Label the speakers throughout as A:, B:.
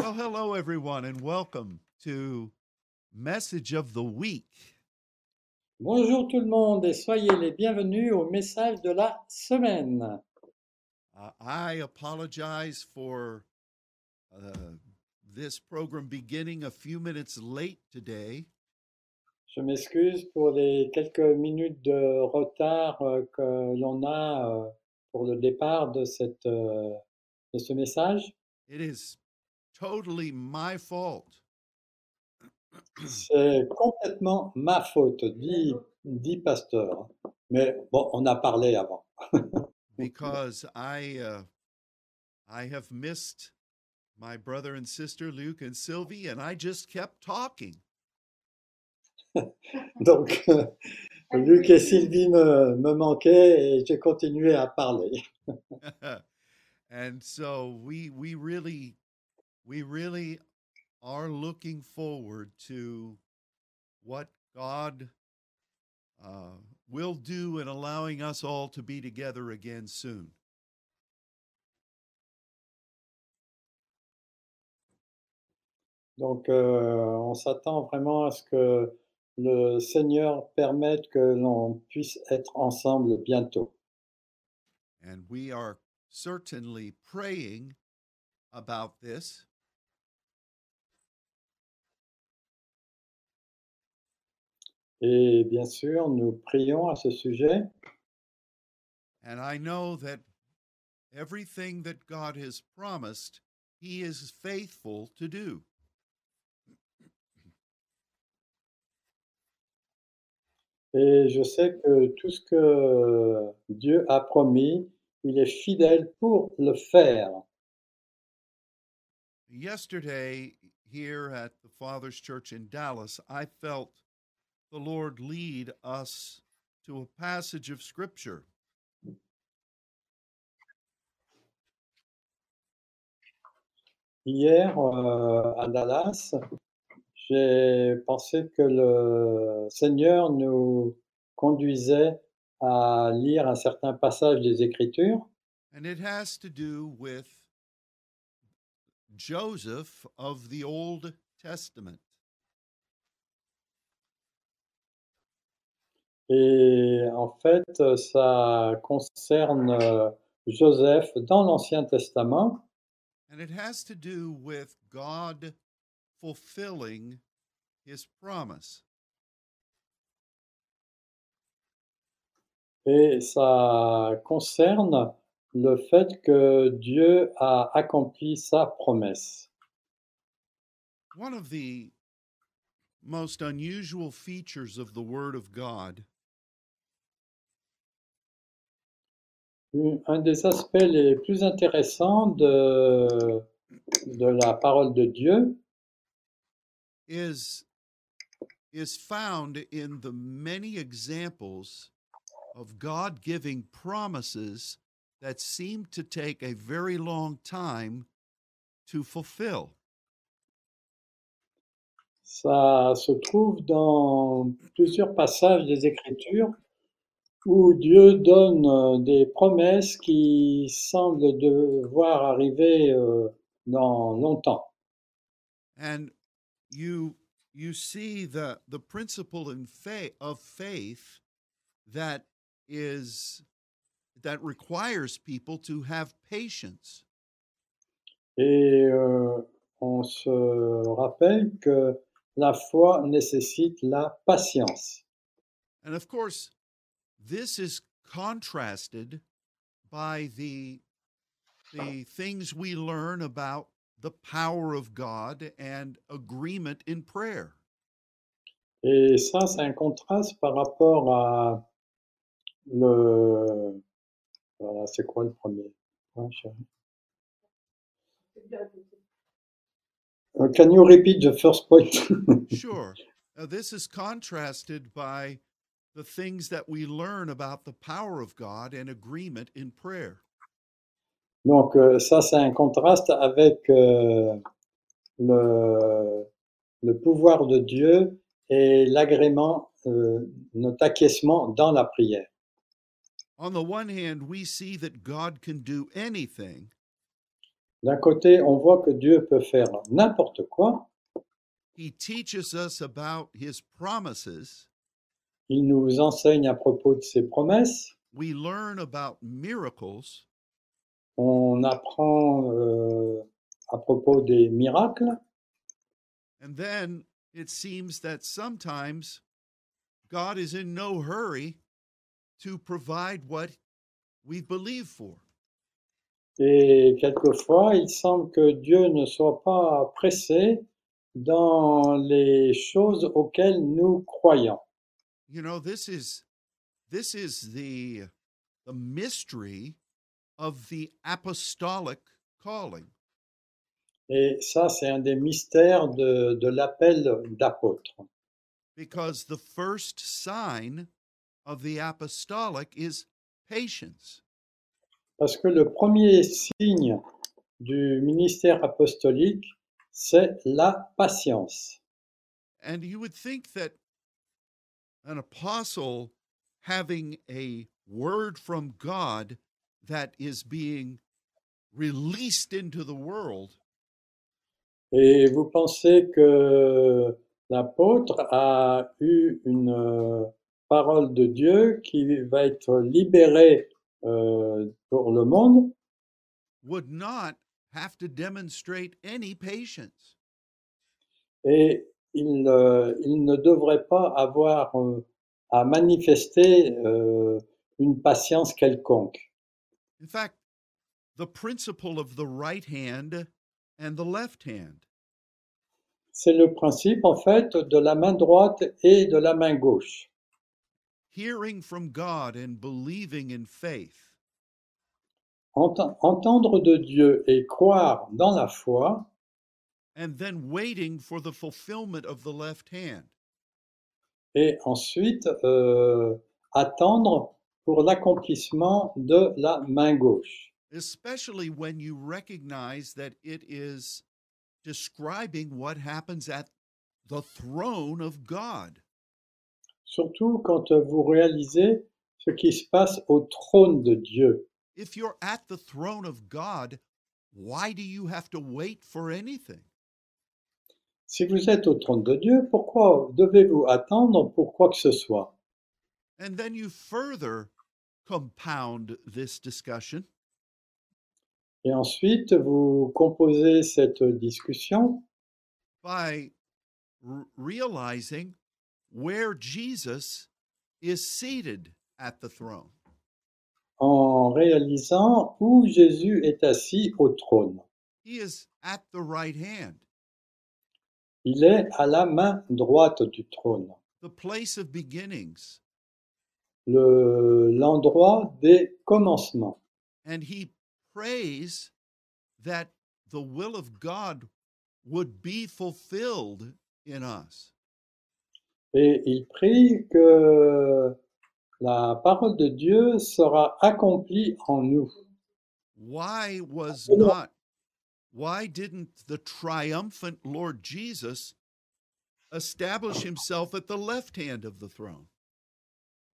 A: Well, hello, everyone, and welcome to Message of the Week.
B: Bonjour tout le monde et soyez les bienvenus au message de la semaine.
A: Uh, I apologize for uh, this program beginning a few minutes late today.
B: Je m'excuse pour les quelques minutes de retard euh, que l'on a euh, pour le départ de, cette, euh, de ce message.
A: It is totally my fault.
B: C'est complètement ma faute, dit, dit Pasteur. Mais bon, on a parlé avant.
A: because I uh, I have missed my brother and sister Luke and Sylvie, and I just kept talking.
B: Donc, euh, Luc et Sylvie me, me manquaient et j'ai continué à parler.
A: and so we we really we really are looking forward to what God uh, will do in allowing us all to be together again soon.
B: Donc, euh, on s'attend vraiment à ce que le Seigneur permette que l'on puisse être ensemble bientôt.
A: And we are certainly praying about this.
B: Et bien sûr, nous prions à ce sujet.
A: And I know that everything that God has promised, He is faithful to do.
B: Et je sais que tout ce que Dieu a promis, il est fidèle pour le faire.
A: Yesterday, here at the Father's Church in Dallas, I felt the Lord lead us to a passage of Scripture.
B: Hier, euh, à Dallas, j'ai pensé que le Seigneur nous conduisait à lire un certain passage des Écritures
A: And it has to do with Joseph of the Old Testament.
B: et en fait, ça concerne euh, Joseph dans l'Ancien Testament.
A: And it has to do with God fulfilling his promise.
B: Et ça concerne le fait que Dieu a accompli sa promesse.
A: One of the most unusual features of the Word of God
B: Un un des aspects les plus intéressants de, de la parole de Dieu
A: is, is found in the many examples of God giving promises that seem to take a very long time to fulfill.
B: Ça se trouve dans plusieurs passages des Écritures où Dieu donne euh, des promesses qui semblent devoir arriver euh, dans longtemps.
A: And you you see the the principle in faith of faith that is that requires people to have patience.
B: Et euh, on se rappelle que la foi nécessite la patience.
A: And of course, this is contrasted by the the things we learn about the power of God and agreement in prayer.
B: Et ça, c'est un contraste par rapport à le... Voilà, c'est quoi le premier point, chérie Uh, Can you repeat the first point?
A: Sure. Now, this is contrasted by the things that we learn about the power of God and agreement in prayer.
B: Donc euh, ça, c'est un contraste avec euh, le, le pouvoir de Dieu et l'agrément, euh, notre acquiescement dans la prière.
A: On the one hand, we see that God can do anything,
B: D'un côté, on voit que Dieu peut faire n'importe quoi.
A: He teaches us about his promises.
B: Il nous enseigne à propos de ses promesses.
A: We learn about miracles.
B: On apprend euh, à propos des miracles.
A: And then it seems that sometimes God is in no hurry to provide what we believe for.
B: Et quelquefois, il semble que Dieu ne soit pas pressé dans les choses auxquelles nous croyons.
A: You know, this is this is the the mystery of the apostolic calling.
B: Et ça, c'est un des mystères de, de l'appel d'apôtre.
A: because the first sign of the apostolic is patience.
B: Parce que le premier signe du ministère apostolique, c'est la patience.
A: And you would think that an apostle having a word from God that is being released into the world
B: Et vous pensez que l'apôtre a eu une euh, parole de Dieu qui va être libérée euh, pour le monde
A: would not have to demonstrate any patience.
B: et il, euh, il ne devrait pas avoir euh, à manifester euh, une patience quelconque.
A: In fact, the principle of the right hand and the left hand.
B: C'est le principe, en fait, de la main droite et de la main gauche.
A: Hearing from God and believing in faith.
B: Ent- Entendre de Dieu et croire dans la foi,
A: and then waiting for the fulfillment of the left hand.
B: et ensuite euh, attendre pour l'accomplissement de la main gauche.
A: Especially when you recognize that it is describing what happens at the throne of God.
B: Surtout quand euh, vous réalisez ce qui se passe au trône de Dieu.
A: If you're at the throne of God, why do you have to wait for anything?
B: Si vous êtes au trône de Dieu, pourquoi devez-vous attendre pour quoi que ce soit
A: And then you further compound this discussion
B: Et ensuite, vous composez cette discussion
A: by r- realizing where Jesus is seated at the throne.
B: en réalisant où Jésus est assis au trône.
A: He is at the right hand,
B: Il est à la main droite du trône,
A: the place of beginnings,
B: le- l'endroit des commencements.
A: and he prays that the will of God would be fulfilled in us.
B: Et il prie que la parole de Dieu sera accomplie en nous.
A: Why was
B: Hello.
A: not why didn't the triumphant Lord Jesus establish himself at the left hand of the throne?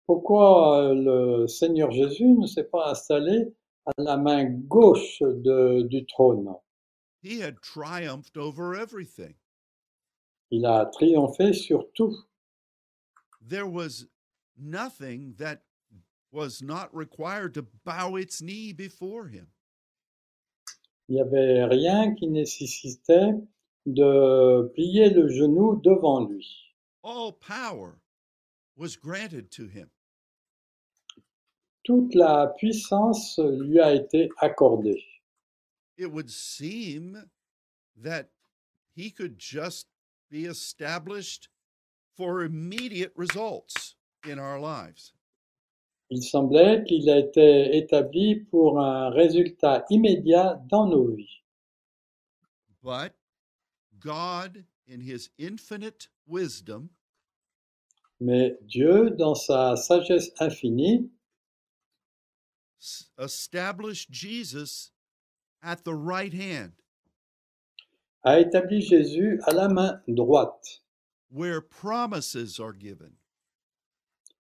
B: Pourquoi euh, le Seigneur Jésus ne s'est pas installé à la main gauche de- du trône
A: He had triumphed over everything.
B: Il a triomphé sur tout.
A: There was nothing that was not required to bow its knee before him.
B: Il n'y avait rien qui nécessitait de plier le genou devant lui.
A: all power was granted to him.
B: Toute la puissance lui a été accordée.
A: It would seem that he could just be established for immediate results in our lives.
B: Il semblait qu'il a été établi pour un résultat immédiat dans nos vies.
A: But God, in his infinite wisdom,
B: Mais Dieu, dans sa sagesse infinie,
A: s- established Jesus at the right hand,
B: a établi Jésus à la main droite,
A: where promises are given,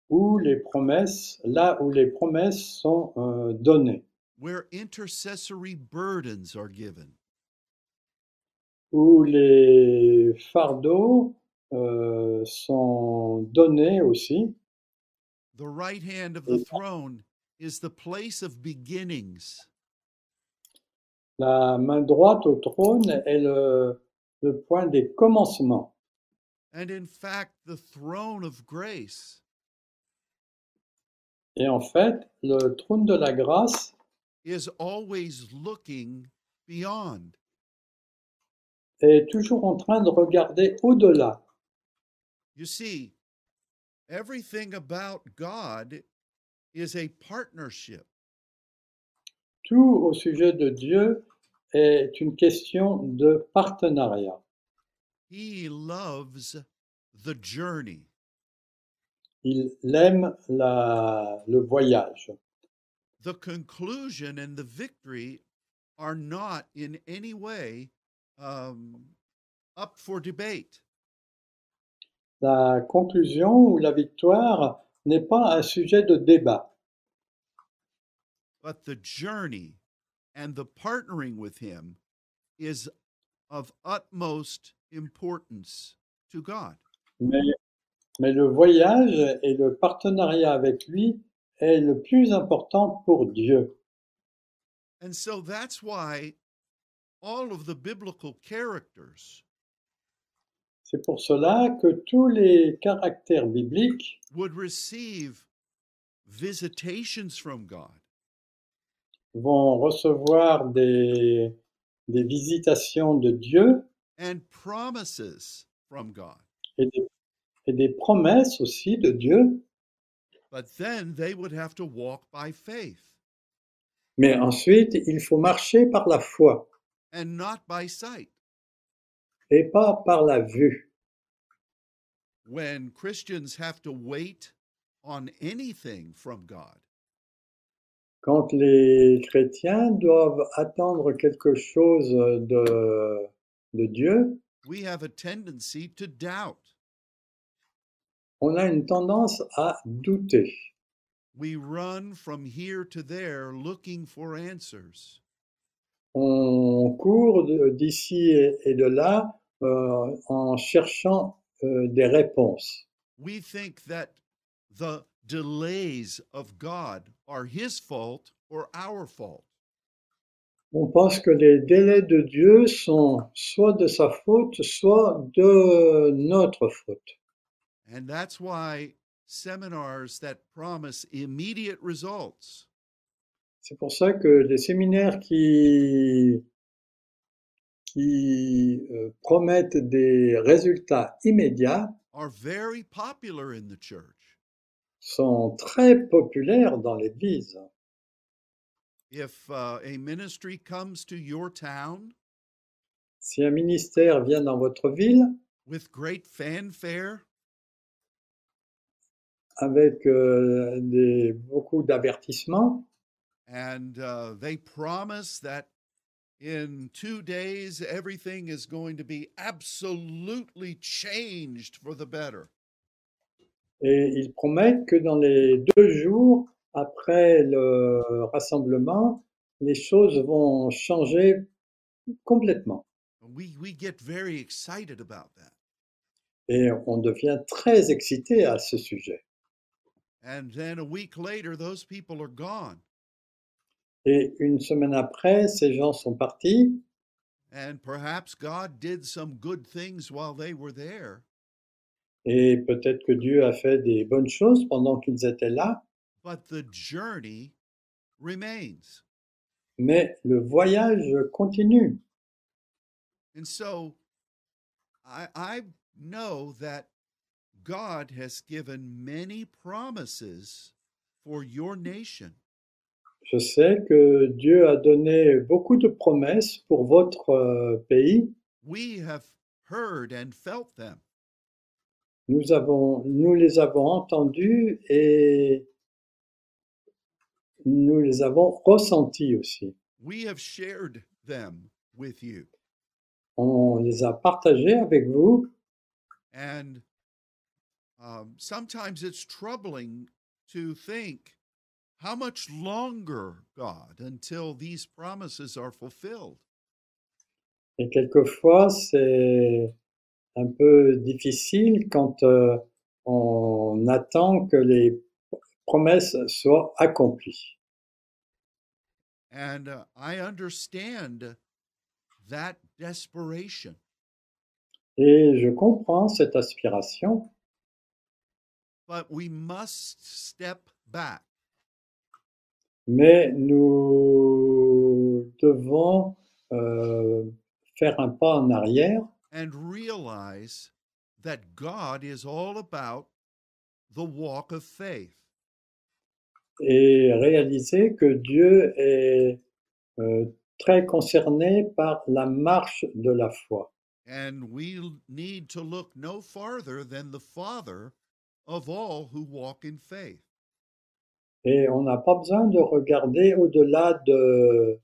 B: où les promesses, là où les promesses sont euh, données,
A: where intercessory burdens are given.
B: où les fardeaux euh, sont donnés aussi.
A: The right hand of the throne is the place of beginnings.
B: La main droite au trône est le, le point des commencements.
A: And in fact, the throne of grace
B: Et en fait, le trône de la grâce
A: is always looking beyond.
B: est toujours en train de regarder au-delà.
A: You see, everything about God is a partnership.
B: Tout au sujet de Dieu est une question de partenariat.
A: He loves the journey.
B: Il aime la- le voyage.
A: The conclusion and the victory are not in any way um, up for debate.
B: La conclusion ou la victoire n'est pas un sujet de débat.
A: but the journey and the partnering with him is of utmost importance to God.
B: Mais, mais le voyage et le partenariat avec lui est le plus important pour Dieu.
A: And so that's why all of the biblical characters
B: C'est pour cela que tous les caractères bibliques
A: would receive visitations from God.
B: vont recevoir des, des visitations de Dieu
A: And promises from God,
B: et des, et des promesses aussi de Dieu,
A: but then they would have to walk by faith
B: mais ensuite il faut marcher par la foi
A: and not by sight.
B: et pas par la vue.
A: When Christians have to wait on anything from God,
B: Quand les chrétiens doivent attendre quelque chose de, de Dieu,
A: we have a tendency to doubt.
B: on a une tendance à douter.
A: We run from here to there looking for answers.
B: On court de- d'ici et et de là euh, en cherchant euh, des réponses.
A: We think that the delays of God are his fault or our fault.
B: On pense que les délais de Dieu sont soit de sa faute, soit de notre faute.
A: And that's why seminars that promise immediate results
B: C'est pour ça que les séminaires qui, qui euh, promettent des résultats immédiats
A: are very popular in the church.
B: sont très populaires dans l'Église.
A: If uh, a ministry comes to your town
B: Si un ministère vient dans votre ville
A: with great fanfare,
B: avec euh, des, beaucoup d'avertissements,
A: and uh, they promise that in two days everything is going to be absolutely changed for the better.
B: Et ils promettent que dans les deux jours après le rassemblement, les choses vont changer complètement.
A: We we get very excited about that,
B: Et on devient très excité à ce sujet.
A: and then a week later those people are gone,
B: Et une semaine après, ces gens sont partis.
A: and perhaps God did some good things while they were there,
B: Et peut-être que Dieu a fait des bonnes choses pendant qu'ils étaient là,
A: but the journey remains.
B: mais le voyage continue.
A: And so I, I know that God has given many promises for your nation.
B: Je sais que Dieu a donné beaucoup de promesses pour votre euh, pays.
A: We have heard and felt them,
B: Nous avons, nous les avons entendus et nous les avons ressentis aussi.
A: we have shared them with you.
B: On les a partagés avec vous
A: And um, sometimes it's troubling to think How much longer, God, until these promises are fulfilled?
B: Et quelquefois, c'est un peu difficile quand euh, on attend que les promesses soient accomplies.
A: And uh, I understand that desperation.
B: Et je comprends cette aspiration,
A: But we must step back.
B: mais nous devons euh, faire un pas en arrière
A: and realize that God is all about the walk of faith.
B: et réaliser que Dieu est euh, très concerné par la marche de la foi.
A: And we l- need to look no farther than the Father of all who walk in faith.
B: Et on n'a pas besoin de regarder au-delà de-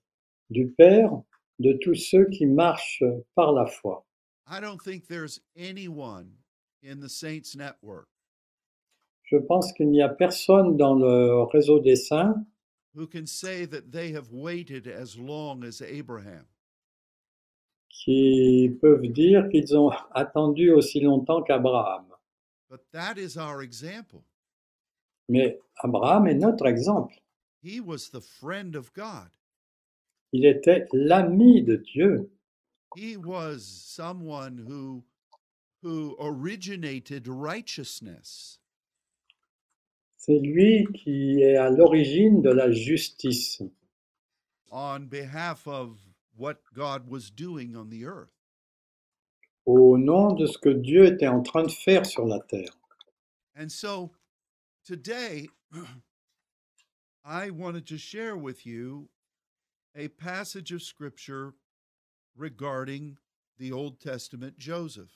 B: du Père, de tous ceux qui marchent par la foi.
A: I don't think there's anyone in the Saints Network
B: Je pense qu'il n'y a personne dans le réseau des saints
A: who can say that they have waited as long as Abraham.
B: qui peuvent dire qu'ils ont attendu aussi longtemps qu'Abraham.
A: But that is our example.
B: Mais Abraham est notre exemple.
A: He was the friend of God,
B: Il était l'ami de Dieu.
A: he was someone who, who originated righteousness.
B: C'est lui qui est à l'origine de la justice
A: on behalf of what God was doing on the earth.
B: au nom de ce que Dieu était en train de faire sur la terre.
A: And so today, I wanted to share with you a passage of scripture regarding the Old Testament Joseph.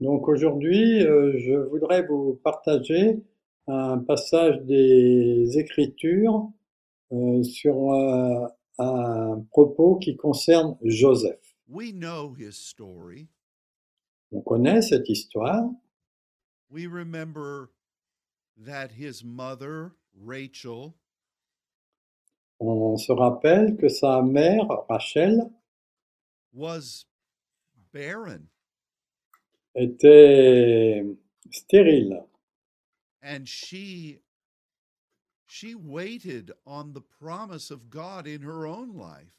B: Donc aujourd'hui, euh, je voudrais vous partager un passage des Écritures euh, sur euh, un propos qui concerne Joseph.
A: We know his story.
B: On connaît cette histoire.
A: We remember that his mother, Rachel,
B: On se rappelle que sa mère, Rachel,
A: was barren
B: était stérile
A: and she she waited on the promise of God in her own life.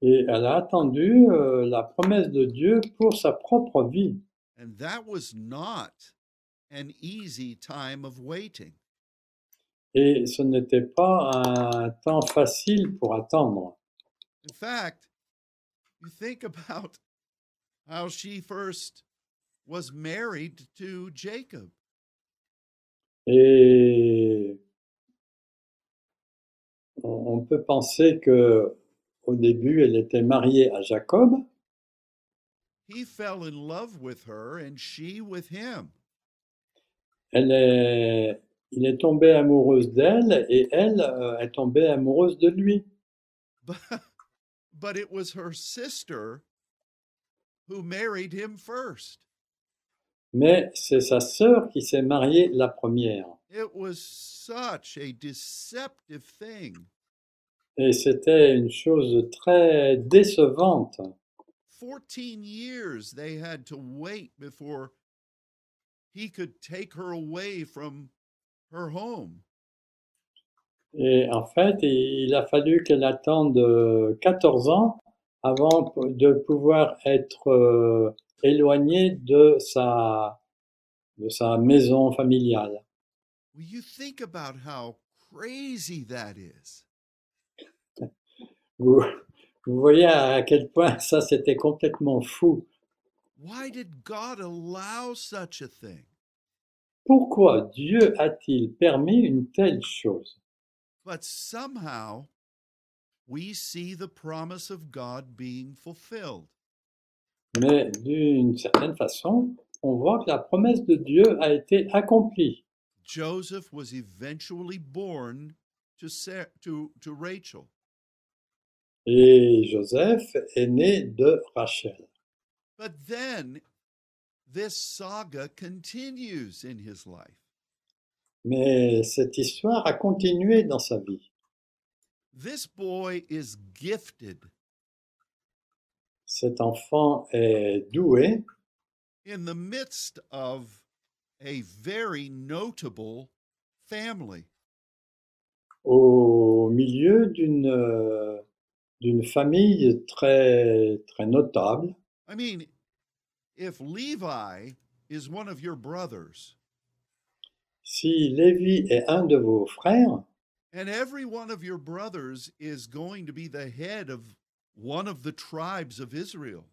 B: et elle a attendu euh, la promesse de Dieu pour sa propre vie.
A: And that was not an easy time of waiting.
B: Et ce n'était pas un temps facile pour attendre.
A: In fact, you think about how she first was married to Jacob.
B: Et on, on peut penser que au début, elle était mariée à Jacob.
A: He fell in love with her and she with him.
B: Elle est, il est tombé amoureuse d'elle et elle euh, est tombée amoureuse de lui.
A: But, but it was her sister who married him first.
B: Mais c'est sa sœur qui s'est mariée la première.
A: It was such a deceptive thing.
B: Et c'était une chose très décevante.
A: 14 years they had to wait before he could take her away from her home.
B: Et en fait, il a fallu qu'elle attende euh, 14 ans avant p- de pouvoir être euh, éloignée de sa, de sa maison familiale.
A: Well, you think about how crazy that is.
B: Vous, vous voyez à à quel point ça, c'était complètement fou.
A: Why did God allow such a thing?
B: Pourquoi Dieu a-t-il permis une telle chose?
A: But somehow we see the promise of God being fulfilled.
B: Mais d'une certaine façon, on voit que la promesse de Dieu a été accomplie.
A: Joseph was eventually born to, Sa- to, to Rachel.
B: Et Joseph est né de Rachel.
A: But then this saga continues in his life.
B: Mais cette histoire a continué dans sa vie.
A: This boy is gifted
B: Cet enfant est doué
A: in the midst of a very notable family.
B: au milieu d'une euh, d'une famille très très notable.
A: I mean, if Levi is one of your brothers
B: Si Lévi est un de vos frères
A: and every one of your brothers is going to be the head of one of the tribes of Israel,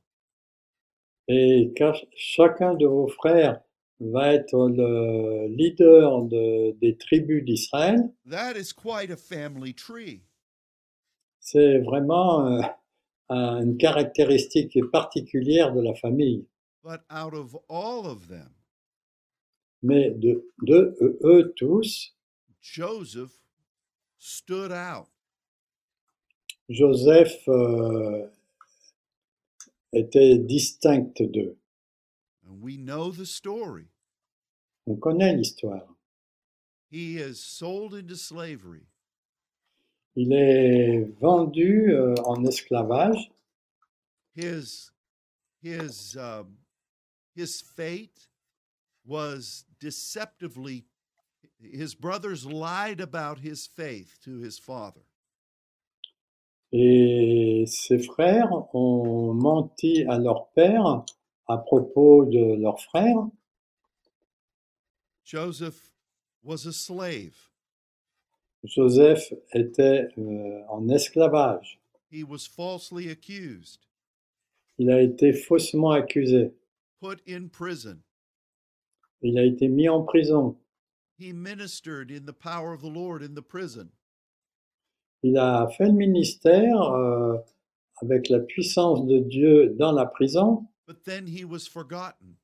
B: et car chacun de vos frères va être le leader de- des tribus d'Israël,
A: that is quite a family tree.
B: c'est vraiment euh, un- une caractéristique particulière de la famille.
A: But out of all of them,
B: Mais de, de eux- eux tous,
A: Joseph stood out.
B: Joseph euh, était distinct d'eux.
A: And we know the story.
B: On connaît l'histoire.
A: He is sold into slavery.
B: Il est vendu euh, en esclavage.
A: His his um, his fate was deceptively. His brothers lied about his faith to his father.
B: Et ses frères ont menti à leur père à propos de leur frère.
A: Joseph was a slave.
B: Joseph était euh, en esclavage.
A: He was falsely accused,
B: Il a été faussement accusé.
A: put in prison.
B: Il a été mis en prison.
A: He ministered in the power of the Lord in the prison.
B: Il a fait le ministère euh, avec la puissance de Dieu dans la prison,
A: But then he was forgotten.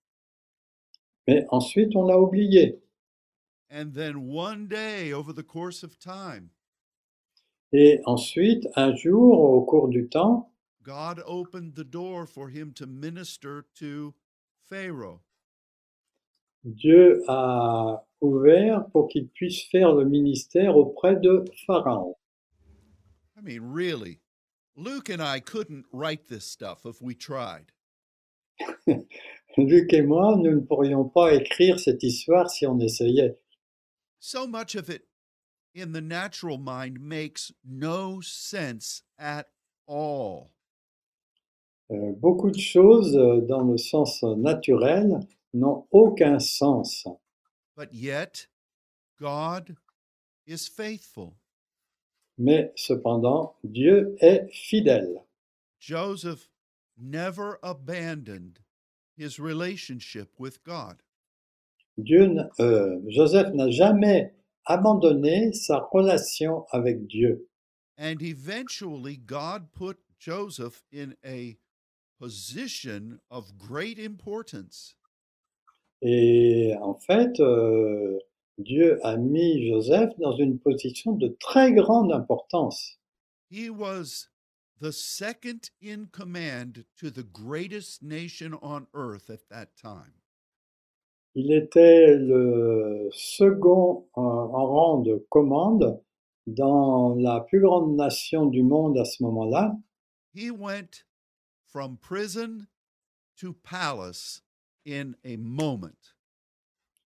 B: mais ensuite on l'a oublié.
A: And then one day, over the course of time,
B: Et ensuite, un jour, au cours du temps,
A: God opened the door for him to minister to Pharaoh.
B: Dieu a ouvert pour qu'il puisse faire le ministère auprès de Pharaon.
A: I mean, really, Luke and I couldn't write this stuff if we tried.
B: Luc et moi, nous ne pourrions pas écrire cette histoire si on essayait.
A: So much of it in the natural mind makes no sense at all.
B: Euh, beaucoup de choses euh, dans le sens naturel n'ont aucun sens.
A: But yet, God is faithful.
B: Mais cependant, Dieu est fidèle.
A: Joseph never abandoned his relationship with God.
B: Dieu, n'a- euh, Joseph n'a jamais abandonné sa relation avec Dieu.
A: And eventually, God put Joseph in a position of great importance.
B: Et en fait, euh, Dieu a mis Joseph dans une position de très grande importance.
A: He was the second in command to the greatest nation on earth at that time.
B: Il était le second en, en rang de commande dans la plus grande nation du monde à ce moment-là.
A: He went from prison to palace in a moment.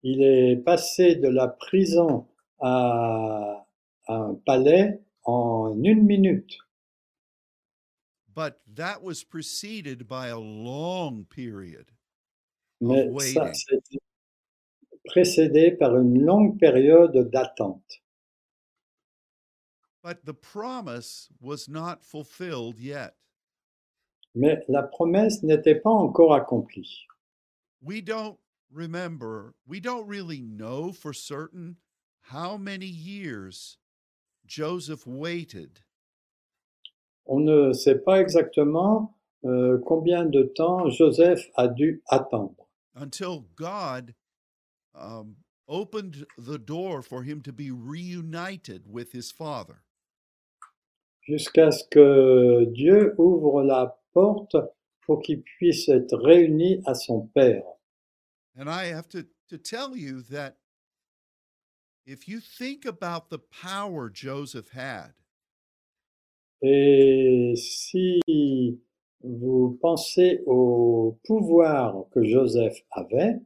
B: Il est passé de la prison à, à un palais en une minute.
A: But that was preceded by a long period.
B: Mais
A: Of
B: ça,
A: waiting.
B: c'était précédé par une longue période d'attente.
A: But the promise was not fulfilled yet.
B: Mais la promesse n'était pas encore accomplie.
A: we don't remember, we don't really know for certain how many years Joseph waited
B: On ne sait pas exactement euh, combien de temps Joseph a dû attendre
A: until God um, opened the door for him to be reunited with his father.
B: jusqu'à ce que Dieu ouvre la porte pour qu'il puisse être réuni à son Père.
A: And I have to, to tell you that If you think about the power Joseph had,
B: Et si vous pensez au pouvoir que Joseph avait,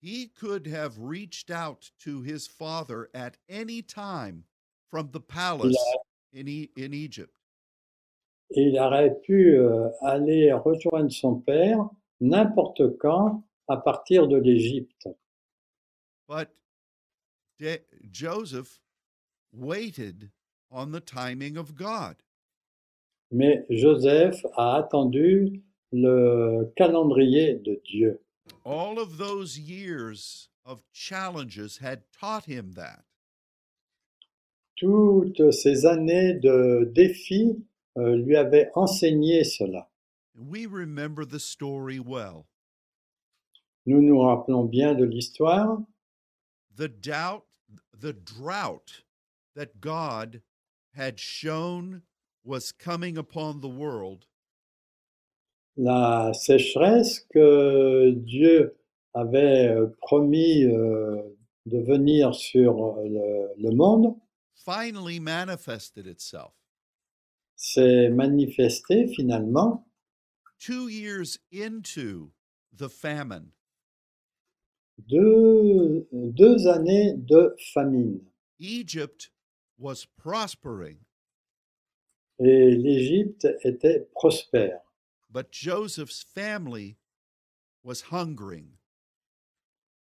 A: he could have reached out to his father at any time from the palace in, e- in Egypt.
B: il aurait pu euh, aller rejoindre son père n'importe quand à partir de l'Égypte.
A: But De- Joseph waited on the timing of God.
B: Mais Joseph a attendu le calendrier de Dieu.
A: All of those years of challenges had taught him that.
B: Toutes ces années de défis euh, lui avaient enseigné cela.
A: We remember the story well.
B: Nous nous rappelons bien de l'histoire,
A: The doubt, the drought that God had shown was coming upon the world
B: la sécheresse que Dieu avait euh, promis euh, de venir sur euh, le, le monde
A: finally manifested itself.
B: s'est manifestée finalement
A: Two years into the famine,
B: deux, deux années de famine.
A: Egypt was prospering,
B: Et l'Égypte était prospère,
A: but Joseph's family was hungering.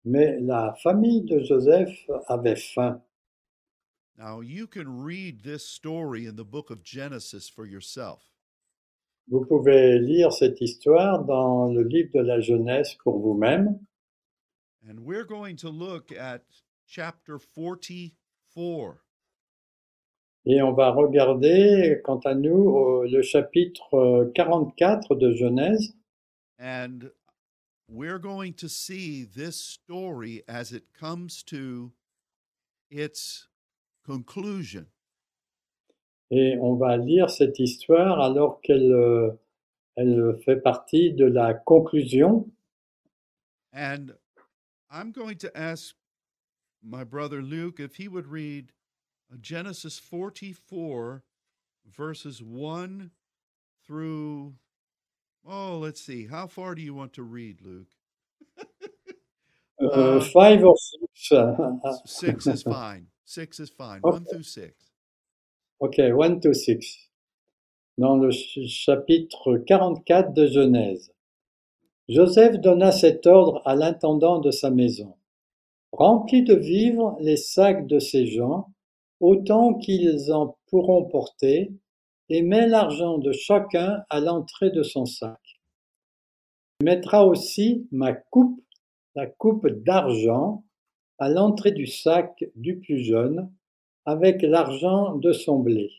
B: mais la famille de Joseph avait faim.
A: Now, you can read this story in the book of Genesis for yourself.
B: Vous pouvez lire cette histoire dans le livre de la jeunesse pour vous-même.
A: And we're going to look at chapter 44.
B: Et on va regarder, quant à nous, euh, le chapitre euh, 44 de Genèse.
A: And we're going to see this story as it comes to its conclusion.
B: Et on va lire cette histoire alors qu'elle euh, elle fait partie de la conclusion.
A: And I'm going to ask my brother Luke if he would read uh, Genesis 44, verses 1 through. Oh, let's see. How far do you want to read, Luke?
B: Euh,
A: Euh,
B: five or six.
A: Six is fine. Six is fine. One
B: Okay.
A: through six.
B: Ok, one to six. Dans le ch- chapitre 44 de Genèse. Joseph donna cet ordre à l'intendant de sa maison. Remplis de vivres les sacs de ces gens, autant qu'ils en pourront porter, et mets l'argent de chacun à l'entrée de son sac. Tu mettras aussi ma coupe, la coupe d'argent, à l'entrée du sac du plus jeune, avec l'argent de son blé.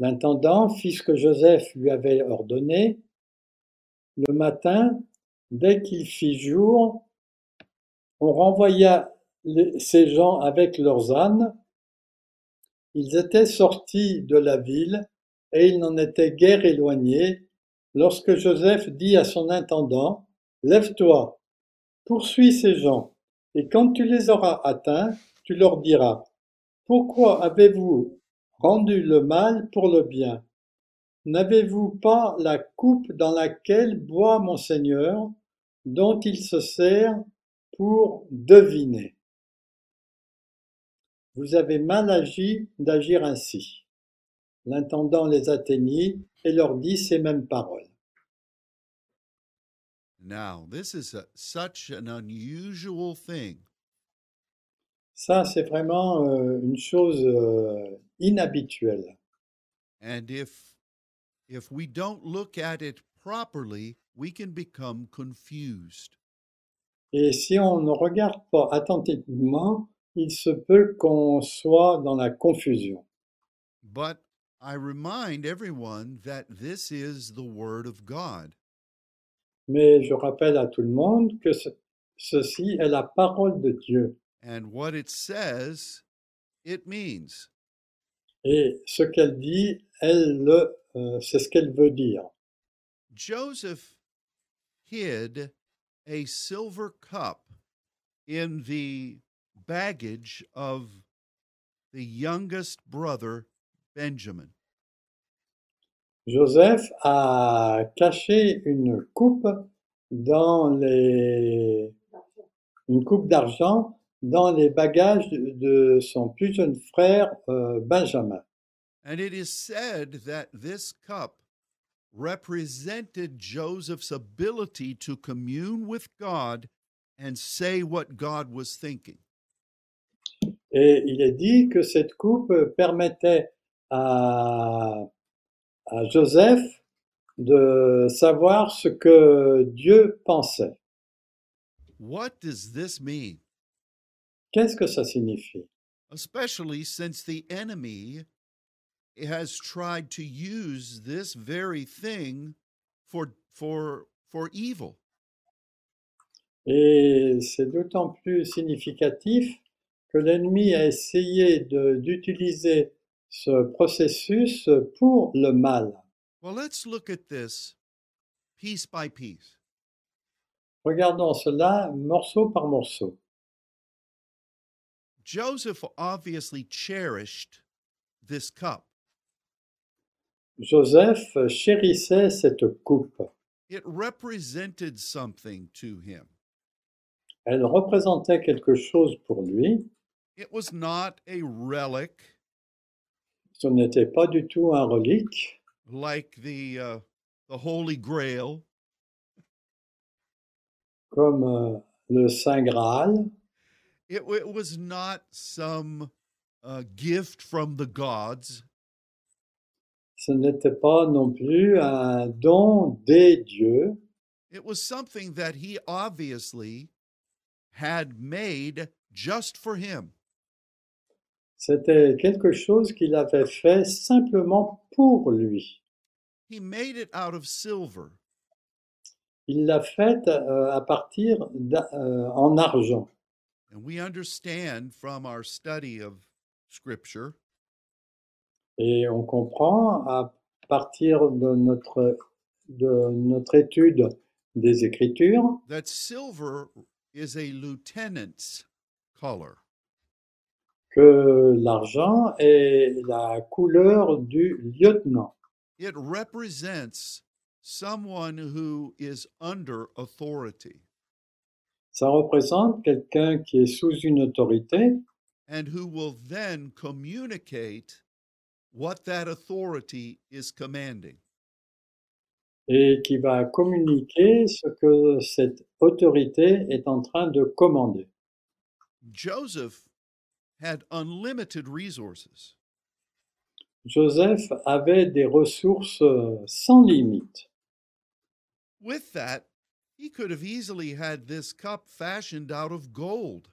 B: L'intendant fit ce que Joseph lui avait ordonné. Le matin, dès qu'il fit jour, on renvoya les- ces gens avec leurs ânes. Ils étaient sortis de la ville et ils n'en étaient guère éloignés lorsque Joseph dit à son intendant, Lève-toi, poursuis ces gens, et quand tu les auras atteints, tu leur diras, pourquoi avez-vous rendu le mal pour le bien N'avez-vous pas la coupe dans laquelle boit mon Seigneur, dont il se sert pour deviner Vous avez mal agi d'agir ainsi. L'intendant les atteignit et leur dit ces mêmes paroles.
A: Now, this is a, such an unusual thing.
B: Ça, c'est vraiment euh, une chose euh, inhabituelle.
A: And if if we don't look at it properly, we can become confused.
B: Et si on ne regarde pas attentivement, il se peut qu'on soit dans la confusion.
A: But I remind everyone that this is the word of God.
B: Mais je rappelle à tout le monde que ce- ceci est la parole de Dieu.
A: And what it says, it means.
B: Et ce qu'elle dit, elle le, euh, c'est ce qu'elle veut dire.
A: Joseph hid a silver cup in the baggage of the youngest brother, Benjamin.
B: Joseph a caché une coupe dans les une coupe d'argent dans les bagages de son plus jeune frère euh, Benjamin.
A: And it is said that this cup represented Joseph's ability to commune with God and say what God was thinking.
B: Et il est dit que cette coupe permettait à, à Joseph de savoir ce que Dieu pensait.
A: What does this mean?
B: Qu'est-ce que ça signifie
A: Especially since the enemy has tried to use this very thing for, for, for evil.
B: Et c'est d'autant plus significatif que l'ennemi a essayé de- d'utiliser ce processus pour le mal.
A: Well, let's look at this piece by piece.
B: Regardons cela morceau par morceau.
A: Joseph obviously cherished this cup.
B: Joseph chérissait cette coupe.
A: It represented something to him.
B: Elle représentait quelque chose pour lui.
A: It was not a relic
B: Ce n'était pas du tout un relique,
A: like the uh, the Holy Grail.
B: comme euh, le Saint Graal.
A: It, wa- it was not some uh, gift from the gods.
B: Ce n'était pas non plus un don des dieux.
A: It was something that he obviously had made just for him.
B: C'était quelque chose qu'il avait fait simplement pour lui.
A: He made it out of silver.
B: Il l'a fait euh, à partir d'a- euh, en argent.
A: And we understand from our study of Scripture
B: Et on comprend à partir de notre, de notre étude des Écritures
A: that silver is a lieutenant's color.
B: que l'argent est la couleur du lieutenant.
A: It represents someone who is under authority
B: Ça représente quelqu'un qui est sous une autorité
A: and who will then communicate what that authority is commanding.
B: et qui va communiquer ce que cette autorité est en train de commander.
A: Joseph had unlimited resources.
B: Joseph avait des ressources euh, sans limite.
A: With that, he could have easily had this cup fashioned out of gold.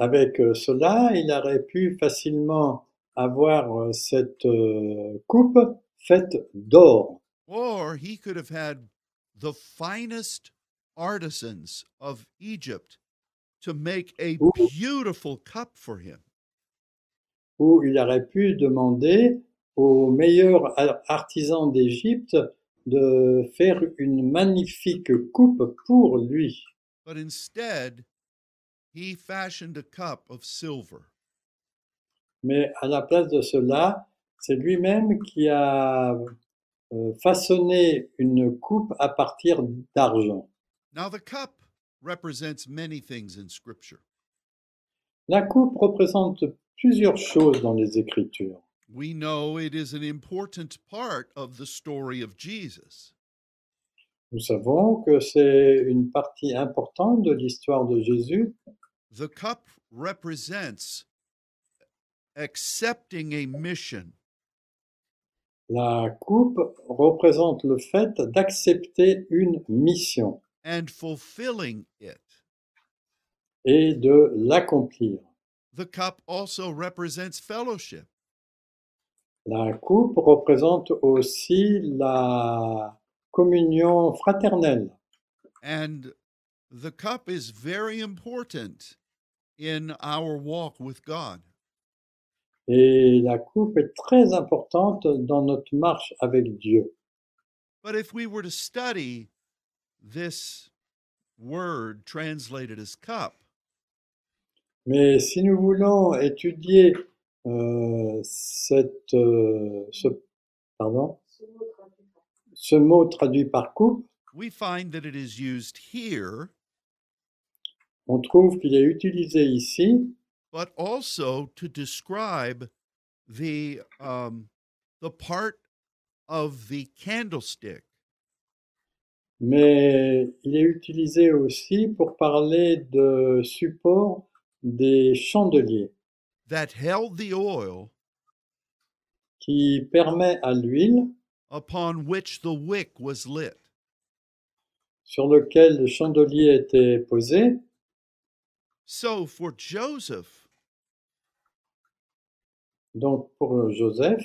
B: Avec euh, cela, il aurait pu facilement avoir euh, cette euh, coupe faite d'or.
A: Or he could have had the finest artisans of Egypt to make a
B: Ooh.
A: beautiful cup for him.
B: où il aurait pu demander aux meilleurs ar- artisans d'Égypte de faire une magnifique coupe pour lui.
A: But instead, he fashioned a cup of silver.
B: Mais à la place de cela, c'est lui-même qui a euh, façonné une coupe à partir d'argent.
A: Now, the cup represents many things in Scripture.
B: La coupe représente plusieurs choses dans les Écritures.
A: We know it is an important part of the story of Jesus.
B: Nous savons que c'est une partie importante de l'histoire de Jésus.
A: The cup represents accepting a mission.
B: La coupe représente le fait d'accepter une mission.
A: and fulfilling it.
B: et de l'accomplir.
A: The cup also represents fellowship.
B: La coupe représente aussi la communion fraternelle.
A: And the cup is very important in our walk with God.
B: Et la coupe est très importante dans notre marche avec Dieu.
A: But if we were to study this word translated as cup,
B: Mais si nous voulons étudier euh, cette, euh, ce, pardon, ce mot traduit par couple,
A: we find that it is used here,
B: on trouve qu'il est utilisé ici,
A: but also to describe the um, the part of the candlestick
B: mais il est utilisé aussi pour parler de support des chandeliers
A: that held the oil
B: qui permet à l'huile
A: upon which the wick was lit.
B: sur lequel le chandelier était posé.
A: So for Joseph,
B: Donc pour Joseph,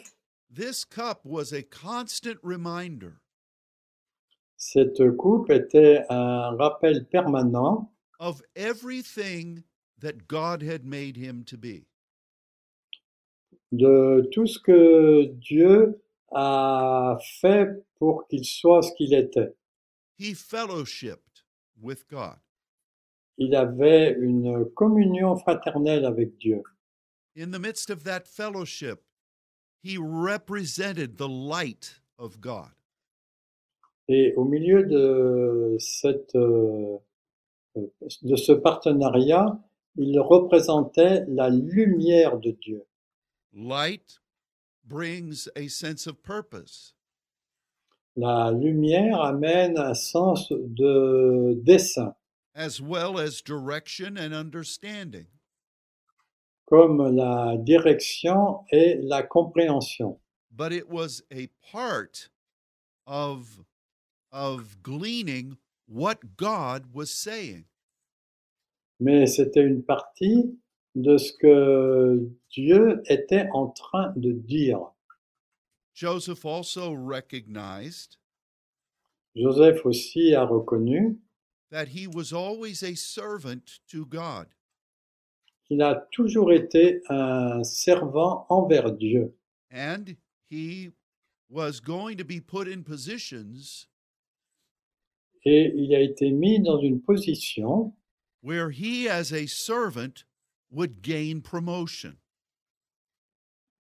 A: this cup was a constant reminder
B: cette coupe était un rappel permanent
A: of everything that God had made him to be.
B: de tout ce que Dieu a fait pour qu'il soit ce qu'il était.
A: He fellowshipped with God.
B: Il avait une communion fraternelle avec Dieu.
A: In the midst of that fellowship, he represented the light of God.
B: Et au milieu de, cette, euh, de ce partenariat, il représentait la lumière de Dieu.
A: Light brings a sense of purpose.
B: La lumière amène un sens de dessin,
A: as well as direction and understanding.
B: comme la direction et la compréhension.
A: But it was a part of, of gleaning what God was saying.
B: Mais c'était une partie de ce que Dieu était en train de dire.
A: Joseph also recognized
B: Joseph aussi a reconnu
A: that he was always a servant to God.
B: qu'il a toujours été un servant envers Dieu.
A: And he was going to be put in positions
B: Et il a été mis dans une position
A: where he, as a servant, would gain promotion.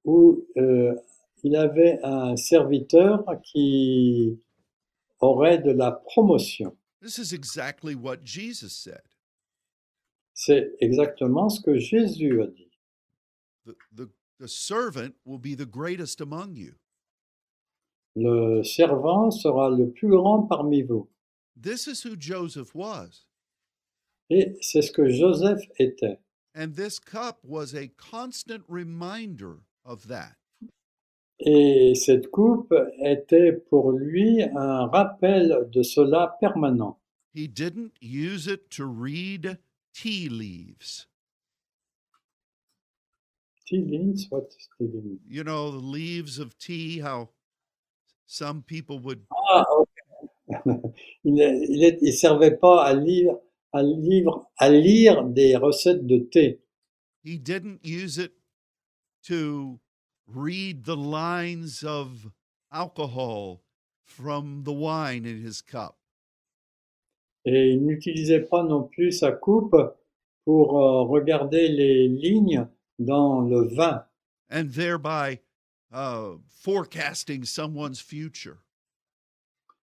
B: où euh, il avait un serviteur qui aurait de la promotion.
A: This is exactly what Jesus said.
B: C'est exactement ce que Jésus a dit.
A: The, the, the servant will be the greatest among you.
B: Le servant sera le plus grand parmi vous.
A: This is who Joseph was.
B: Et c'est ce que Joseph était.
A: And this cup was a constant reminder of that.
B: Et cette coupe était pour lui un rappel de cela permanent.
A: He didn't use it to read tea leaves,
B: Tilly, soit Tilly.
A: you know, the leaves of tea, how some people would.
B: Ah, ok. il ne il est- il servait pas à lire, à, livre, à lire des recettes de thé.
A: He didn't use it to read the lines of alcohol from the wine in his cup.
B: Et il n'utilisait pas non plus sa coupe pour euh, regarder les lignes dans le vin
A: and thereby uh, forecasting someone's future.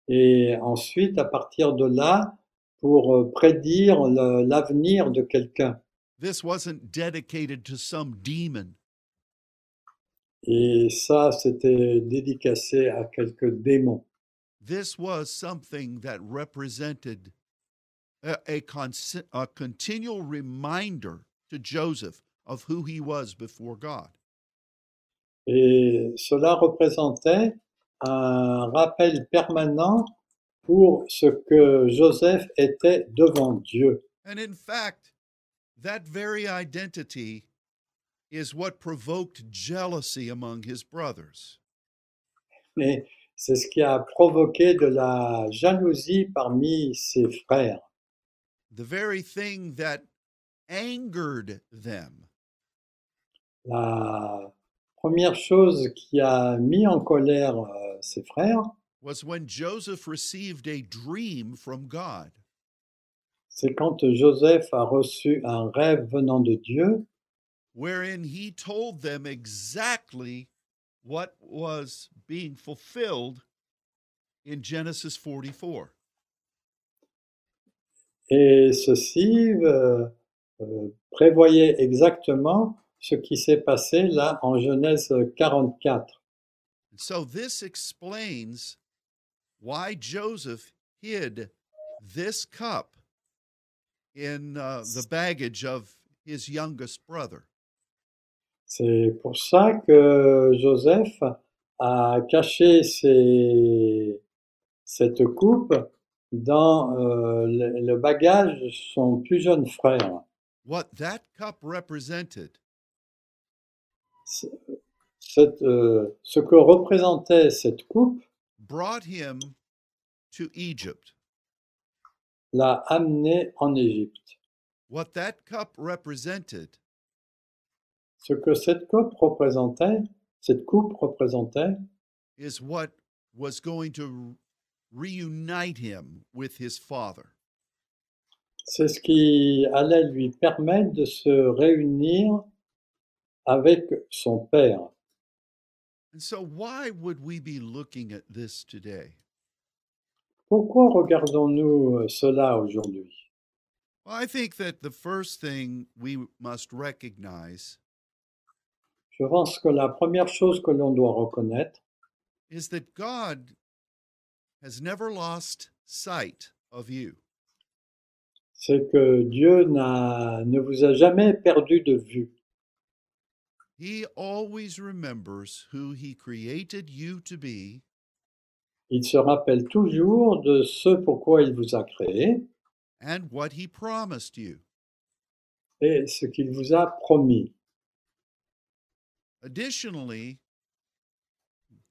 B: et ensuite, à partir de là, pour euh, prédire le- l'avenir de quelqu'un.
A: This wasn't dedicated to some demon.
B: Et ça, c'était dédicacé à quelques démons.
A: This was something that represented a, a, cons- a continual reminder to Joseph of who he was before God.
B: Et cela représentait un rappel permanent pour ce que Joseph était devant Dieu.
A: And in fact, that very identity is what provoked jealousy among his brothers.
B: Et c'est ce qui a provoqué de la jalousie parmi ses frères.
A: The very thing that angered them
B: La première chose qui a mis en colère euh, ses frères,
A: was when Joseph received a dream from God.
B: C'est quand Joseph a reçu un rêve venant de Dieu
A: wherein he told them exactly what was being fulfilled in Genesis 44.
B: et ceci euh, euh, prévoyait exactement ce qui s'est passé là en Genèse 44.
A: And so this explains why Joseph hid this cup in uh, the baggage of his youngest brother.
B: C'est pour ça que Joseph a caché ses- cette coupe dans euh, le, le bagage de son plus jeune frère.
A: What that cup represented
B: C- cette, euh, ce que représentait cette coupe
A: brought him to Egypt.
B: l'a amené en Égypte.
A: What that cup represented
B: Ce que cette coupe représentait, cette coupe représentait,
A: is what was going to reunite him with his father.
B: c'est ce qui allait lui permettre de se réunir avec son père.
A: And so, why would we be looking at this today?
B: Pourquoi regardons-nous cela aujourd'hui
A: Well, I think that the first thing we must recognize
B: Je pense que la première chose que l'on doit reconnaître,
A: is that God has never lost sight of you.
B: c'est que Dieu n'a- ne vous a jamais perdu de vue.
A: He always remembers who He created you to be
B: Il se rappelle toujours de ce pourquoi il vous a créé
A: and what He promised you.
B: et ce qu'il vous a promis.
A: Additionally,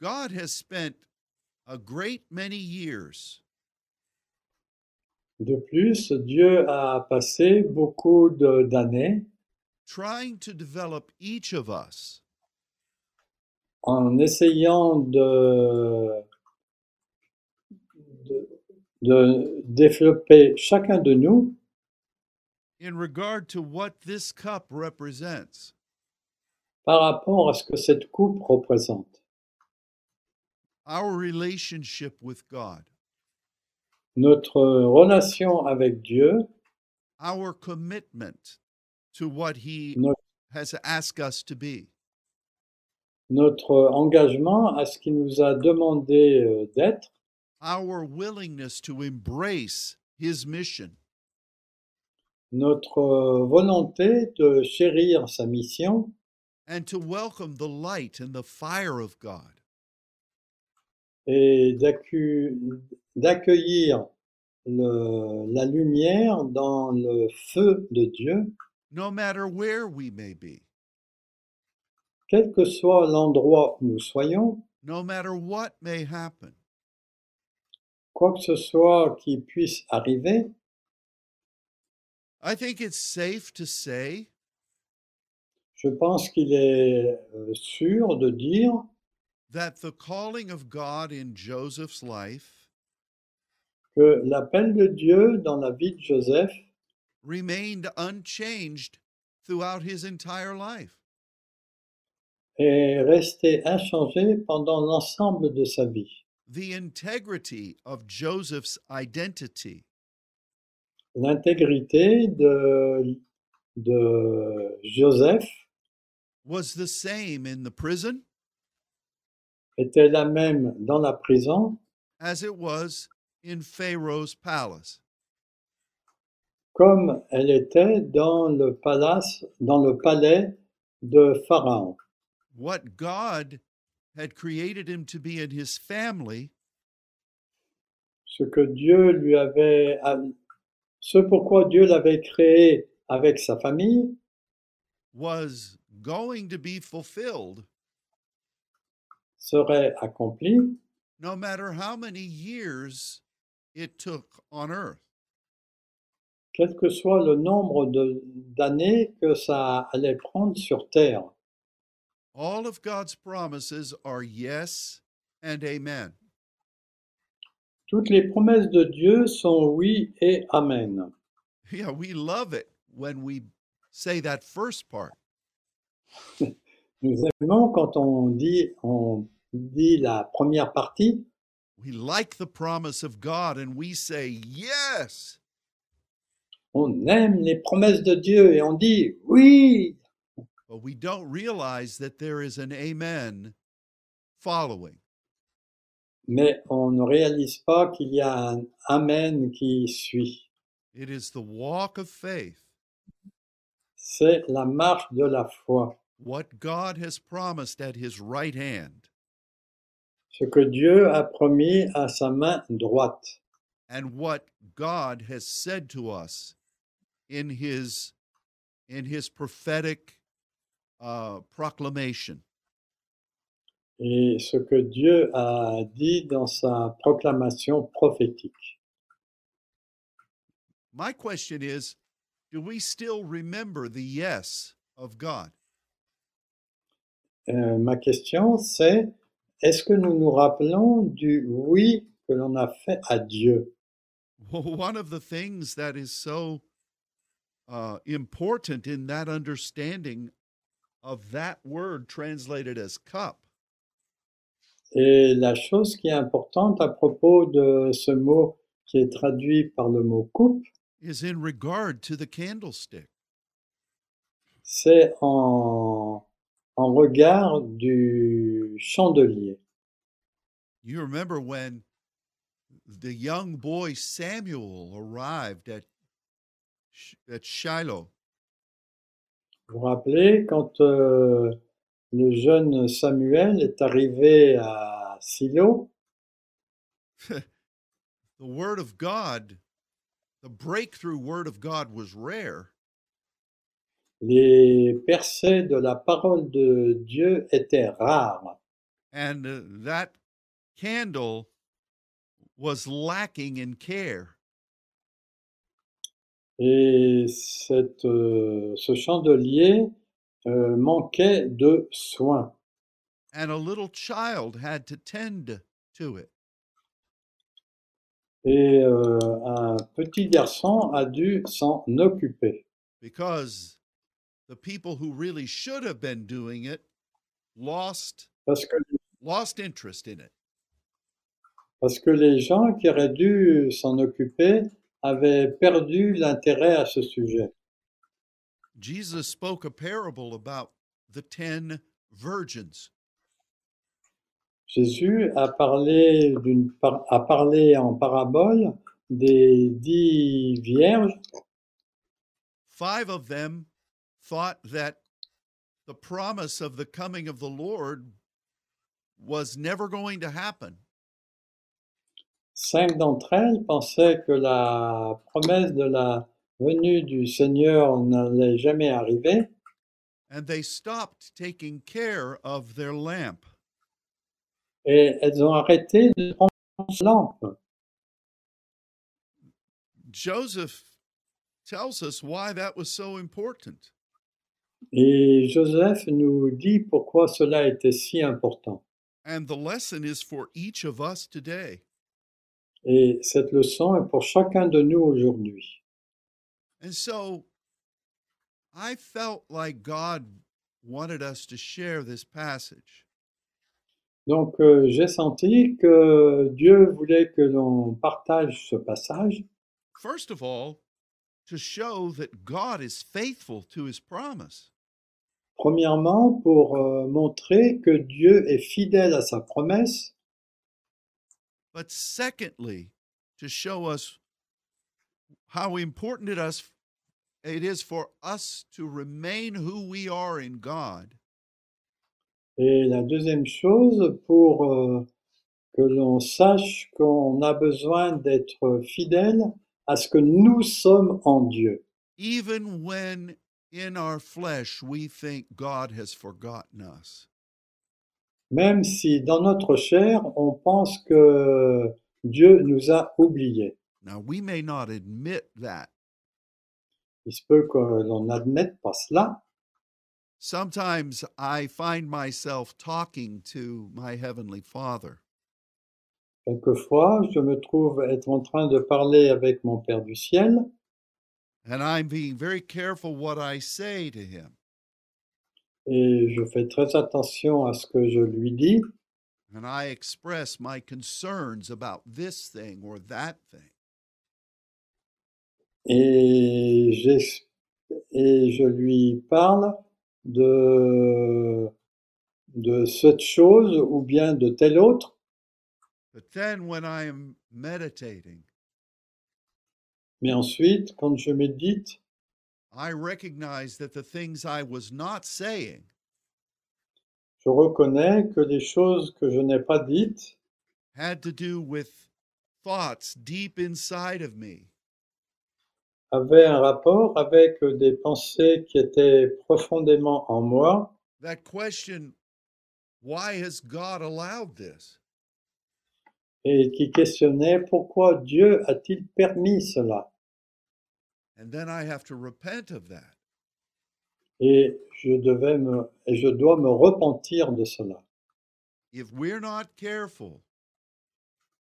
A: God has spent a great many years
B: De plus, Dieu a passé beaucoup de- d'années
A: trying to develop each of us
B: en essayant de, de, de développer chacun de nous
A: in regard to what this cup represents.
B: par rapport à ce que cette coupe représente,
A: our relationship with God,
B: notre relation avec Dieu,
A: our commitment to what He
B: notre,
A: has asked us to be.
B: notre engagement à ce qu'il nous a demandé euh, d'être,
A: Our willingness to embrace his mission,
B: notre euh, volonté de chérir sa mission
A: and to welcome the light and the fire of God.
B: et d'accu- d'accueillir le- la lumière dans le feu de Dieu,
A: No matter where we may be,
B: quel que soit l'endroit où nous soyons,
A: no matter what may happen,
B: quoi que ce soit qui puisse arriver,
A: I think it's safe to say
B: je pense qu'il est euh, sûr de dire
A: that the calling of God in Joseph's life
B: que l'appel de Dieu dans la vie de Joseph
A: remained unchanged throughout his entire life.
B: est resté inchangé pendant l'ensemble de sa vie.
A: the integrity of Joseph's identity
B: L'intégrité de, de Joseph
A: was the same in the prison
B: était la même dans la prison
A: as it was in Pharaoh's palace.
B: comme elle était dans le palace, dans le palais de Pharaon.
A: What God had created him to be in his family
B: Ce que Dieu lui avait, ce pourquoi Dieu l'avait créé avec sa famille
A: was going to be fulfilled
B: serait accompli,
A: no matter how many years it took on earth.
B: quel que soit le nombre de- d'années que ça allait prendre sur terre.
A: All of God's promises are yes and amen.
B: Toutes les promesses de Dieu sont oui et amen.
A: yeah, we love it when we say that first part.
B: Nous aimons quand on dit, on dit la première partie,
A: We like the promise of God and we say, yes.
B: on aime les promesses de Dieu et on dit oui,
A: But we don't realize that there is an amen following.
B: mais on ne réalise pas qu'il y a un Amen qui suit.
A: It is the walk of faith.
B: C'est la marche de la foi.
A: What God has promised at his right hand.
B: Ce que Dieu a promis à sa main droite
A: and what God has said to us in his in his prophetic uh, proclamation.
B: et ce que Dieu a dit dans sa proclamation prophétique.
A: My question is, do we still remember the yes of God?
B: Euh, ma question, c'est est-ce que nous nous rappelons du oui que l'on a fait à Dieu
A: Well, one of the things that is so uh, important in that understanding of that word translated as cup
B: Et la chose qui est importante à propos de ce mot qui est traduit par le mot coupe,
A: is in regard to the candlestick.
B: c'est en, en regard du chandelier.
A: You remember when the young boy Samuel arrived at Sh- at Shiloh,
B: Vous vous rappelez quand euh, le jeune Samuel est arrivé à Silo,
A: the word of God, the breakthrough word of God was rare,
B: les percées de la parole de Dieu étaient rares
A: and uh, that candle was lacking in care.
B: et cette, euh, ce chandelier euh, manquait de soins.
A: And a little child had to tend to it.
B: Et euh, un petit garçon a dû s'en occuper
A: because the people who really should have been doing it lost
B: parce que,
A: lost interest in it.
B: parce que les gens qui auraient dû s'en occuper avaient perdu l'intérêt à ce sujet.
A: Jesus spoke a parable about the 10 virgins.
B: Jésus a parlé, d'une par- a parlé en parabole des dix vierges.
A: Five of them thought that the promise of the coming of the Lord was never going to happen.
B: Cinq d'entre elles pensaient que la promesse de la venue du Seigneur n'allait jamais arriver
A: And they stopped taking care of their lamp.
B: et elles ont arrêté de prendre leur lampe.
A: Joseph tells us why that was so important.
B: Et Joseph nous dit pourquoi cela était si important.
A: And the lesson is for each of us today.
B: Et cette leçon est pour chacun de nous aujourd'hui.
A: And so I felt like God wanted us to share this passage.
B: Donc euh, j'ai senti que Dieu voulait que l'on partage ce passage.
A: First of all, to show that God is faithful to his promise.
B: Premièrement, pour euh, montrer que Dieu est fidèle à sa promesse,
A: But secondly, to show us how important it us it is for us to remain who we are in God
B: Et la deuxième chose, pour euh, que l'on sache qu'on a besoin d'être fidèle à ce que nous sommes en Dieu,
A: even when in our flesh we think God has forgotten us.
B: même si dans notre chair, on pense que Dieu nous a oubliés.
A: Now we may not admit that.
B: Il se peut que l'on n'admette pas cela.
A: Sometimes I find myself talking to my heavenly Father
B: Quelquefois, je me trouve être en train de parler avec mon Père du ciel
A: and I'm being very careful what I say to him.
B: et je fais très attention à ce que je lui dis
A: And I express my concerns about this thing or that thing.
B: et, j'ex- et je lui parle de, de cette chose ou bien de telle autre.
A: But then when I am meditating,
B: Mais ensuite, quand je médite,
A: I recognize that the things I was not saying
B: je reconnais que les choses que je n'ai pas dites
A: had to do with thoughts deep inside of me
B: avaient un rapport avec des pensées qui étaient profondément en moi
A: that question why has God allowed this?
B: et qui questionnaient pourquoi Dieu a-t-il permis cela.
A: And then I have to repent of that.
B: Et je, devais me, et je dois me repentir de cela.
A: If we're not careful,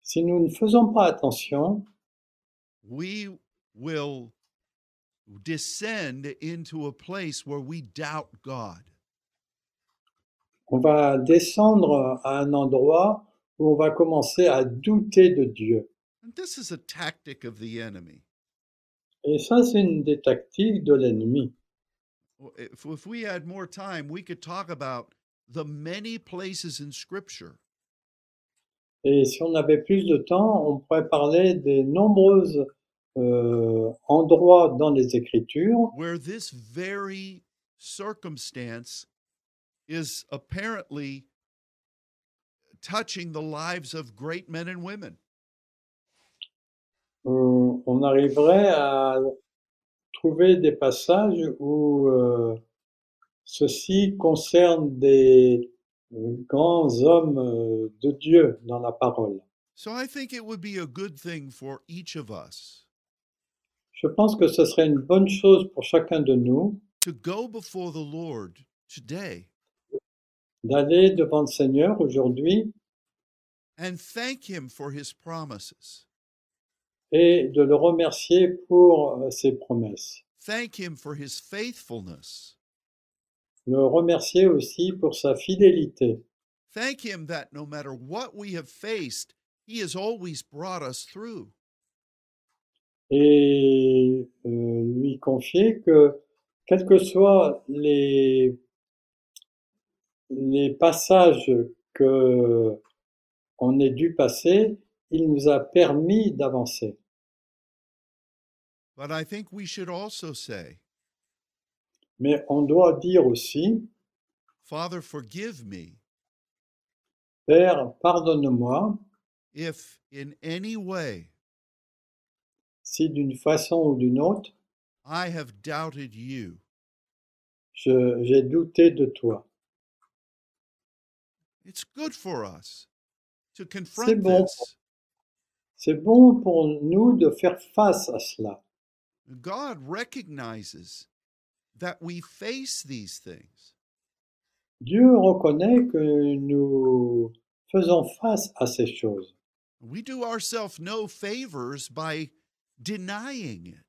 B: Si nous ne faisons pas attention,
A: we will descend into a place where we doubt God.
B: on va descendre à un endroit où on va commencer à douter de Dieu.
A: And this is a tactic of the enemy.
B: Et ça, c'est une des tactiques de l'ennemi.
A: If, if we had more time, we could talk about the many places in Scripture
B: Et si on avait plus de temps, on pourrait parler des nombreux endroits dans les Écritures
A: where this very circumstance is apparently touching the lives of great men and women.
B: où Euh, on arriverait à trouver des passages où euh, ceci concerne des euh, grands hommes euh, de Dieu dans la parole.
A: So I think it would be a good thing for each of us
B: Je pense que ce serait une bonne chose pour chacun de nous
A: to go before the Lord today
B: d'aller devant le Seigneur aujourd'hui
A: and thank Him for His promises,
B: et de le remercier pour euh, ses promesses.
A: thank Him for His faithfulness,
B: Le remercier aussi pour sa fidélité.
A: thank Him that no matter what we have faced, He has always brought us through.
B: et euh, lui confier que, quels que soient les, les passages que on ait dû passer, il nous a permis d'avancer.
A: But I think we should also say,
B: Mais on doit dire aussi,
A: Father, forgive me
B: Père, pardonne-moi
A: if in any way
B: si d'une façon ou d'une autre,
A: I have doubted you.
B: je- j'ai douté de toi.
A: It's good for us to
B: C'est
A: confront
B: bon.
A: this.
B: C'est bon pour nous de faire face à cela.
A: God recognizes that we face these things.
B: Dieu reconnaît que nous faisons face à ces choses.
A: We do ourselves no favors by denying it.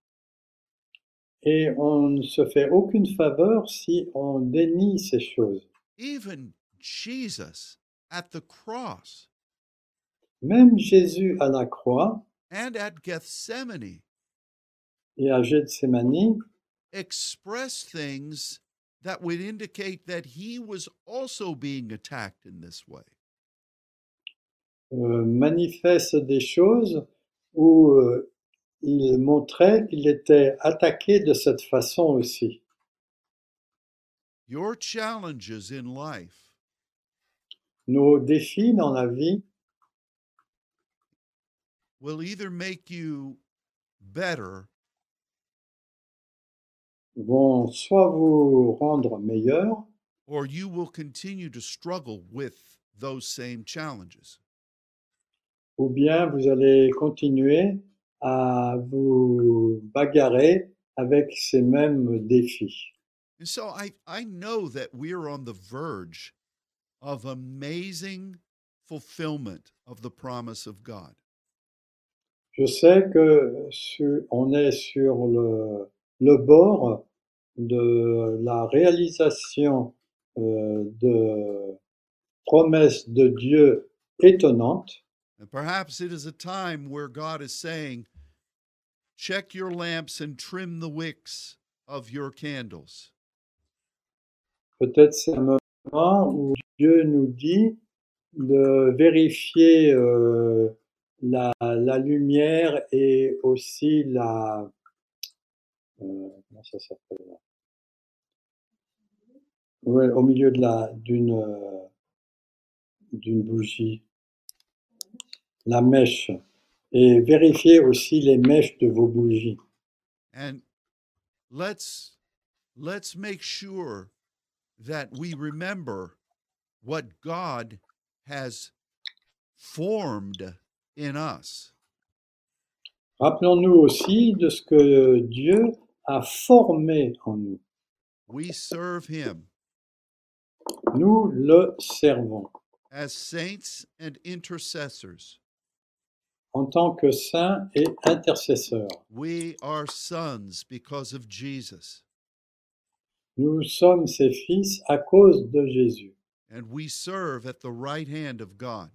B: Et on ne se fait aucune faveur si on dénie ces choses.
A: Even Jesus at the cross
B: Même Jésus à la croix
A: and at Gethsemane
B: et à Gethsemane
A: expressed things that would indicate that he was also being attacked in this way.
B: euh, manifeste des choses où euh, il montrait qu'il était attaqué de cette façon aussi.
A: Your challenges in life
B: Nos défis dans la vie
A: will either make you better
B: vont soit vous rendre meilleur,
A: or you will continue to struggle with those same challenges.
B: ou bien vous allez continuer à vous bagarrer avec ces mêmes défis.
A: And so I, I know that we're on the verge of amazing fulfillment of the promise of God.
B: Je sais que su- on est sur le, le bord de la réalisation euh, de promesses de Dieu étonnantes.
A: And perhaps it is a time where God is saying, check your lamps and trim the wicks of your candles.
B: Peut-être c'est un moment où Dieu nous dit de vérifier euh, la, la lumière et aussi la... euh, comment ça s'appelle là Ouais, au milieu de la d'une euh, d'une bougie, la mèche, et vérifier aussi les mèches de vos bougies.
A: And let's let's make sure that we remember what God has formed in us.
B: Rappelons-nous aussi de ce que Dieu a formé en nous.
A: We serve him
B: Nous le servons
A: as saints and intercessors.
B: en tant que saint et intercesseur.
A: We are sons because of Jesus,
B: Nous sommes ses fils à cause de Jésus
A: and we serve at the right hand of God.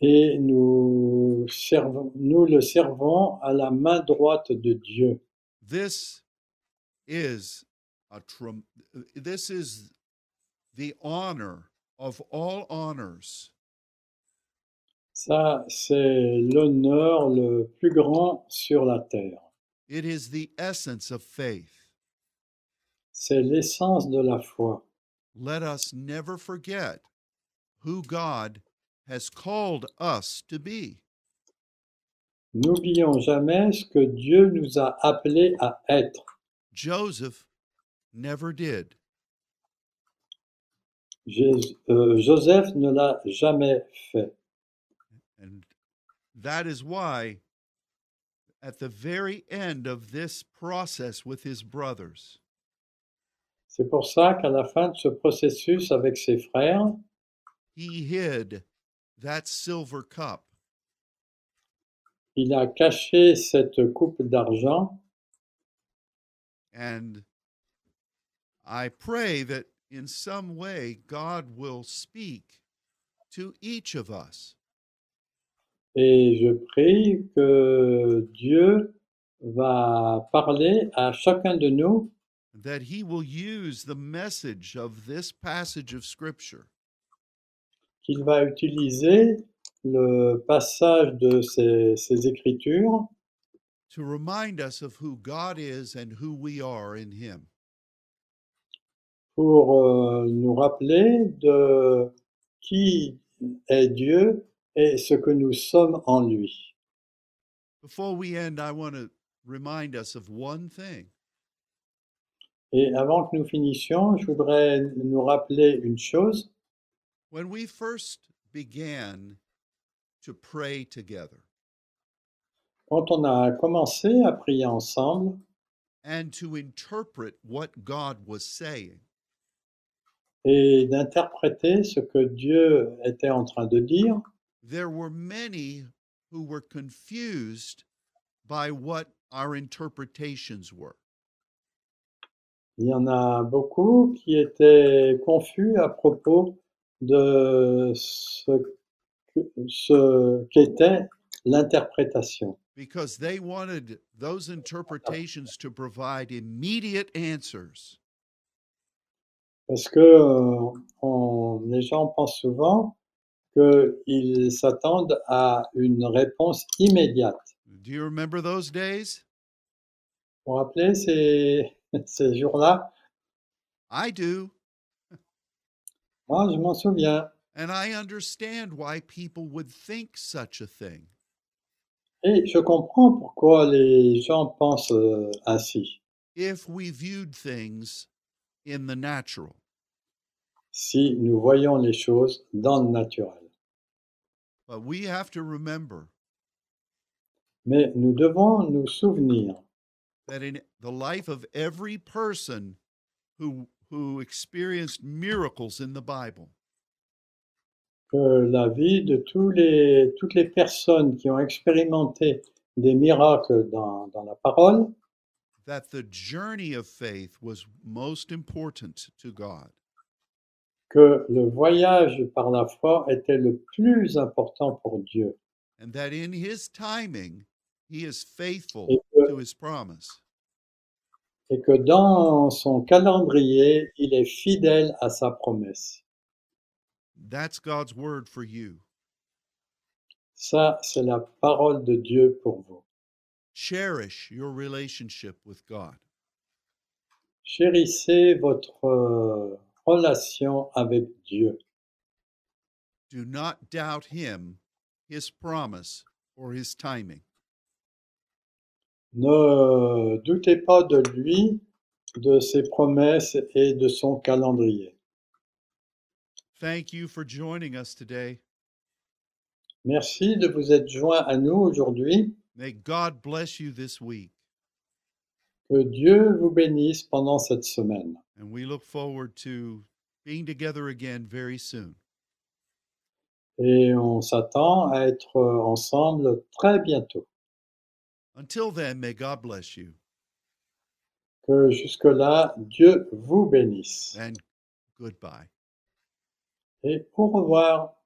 B: et nous, servons- nous le servons à la main droite de Dieu.
A: This is a trem- this is the honor of all honors
B: Ça, c'est l'honneur le plus grand sur la terre.
A: It is the essence of faith.
B: C'est l'essence de la foi.
A: Let us never forget who God has called us to be.
B: N'oublions jamais ce que Dieu nous a appelés à être.
A: Joseph never did.
B: Jésus- euh, Joseph ne l'a jamais fait.
A: And that is why, at the very end of this process with his brothers,
B: C'est pour ça qu'à la fin de ce processus avec ses frères,
A: he hid that silver cup
B: il a caché cette coupe d'argent
A: And I pray that in some way God will speak to each of us.
B: et je prie que Dieu va parler à chacun de nous
A: That he will use the message of this passage of Scripture
B: qu'il va utiliser le passage de ces, ces écritures
A: to remind us of who God is and who we are in him.
B: pour euh, nous rappeler de qui est Dieu et ce que nous sommes en lui.
A: Before we end, I want to remind us of one thing
B: Et avant que nous finissions, je voudrais nous rappeler une chose.
A: when we first began to pray together
B: Quand on a commencé à prier ensemble
A: and to interpret what God was saying.
B: et d'interpréter ce que Dieu était en train de dire,
A: there were many who were confused by what our interpretations were.
B: il y en a beaucoup qui étaient confus à propos de ce, que- ce qu'était l'interprétation.
A: Because they wanted those interpretations to provide immediate answers.
B: Parce que euh, on- les gens pensent souvent qu'ils s'attendent à une réponse immédiate.
A: Do you remember those days?
B: Vous vous rappelez ces, ces jours-là
A: I do.
B: Moi, je m'en souviens.
A: And I understand why people would think such a thing.
B: Et je comprends pourquoi les gens pensent euh, ainsi.
A: If we viewed things in the natural,
B: Si nous voyons les choses dans le naturel.
A: but we have to remember
B: Mais nous devons nous souvenir
A: that in the life of every person who who experienced miracles in the Bible,
B: que la vie de tous les, toutes les personnes qui ont expérimenté des miracles dans, dans la parole,
A: that the journey of faith was most important to God.
B: que le voyage par la foi était le plus important pour Dieu
A: and that in his timing he is faithful
B: Et que-
A: to his promise.
B: et que dans son calendrier, il est fidèle à sa promesse.
A: That's God's word for you.
B: Ça, c'est la parole de Dieu pour vous.
A: Cherish your relationship with God.
B: Chérissez votre euh, relation avec Dieu.
A: Do not doubt him, his promise, or his timing.
B: Ne doutez pas de lui, de ses promesses et de son calendrier.
A: Thank you for joining us today.
B: Merci de vous être joints à nous aujourd'hui.
A: May God bless you this week,
B: Que Dieu vous bénisse pendant cette semaine.
A: and we look forward to being together again very soon.
B: Et on s'attend à être euh, ensemble très bientôt.
A: Until then, may God bless you
B: Que jusque-là, Dieu vous bénisse.
A: and goodbye.
B: Et au revoir.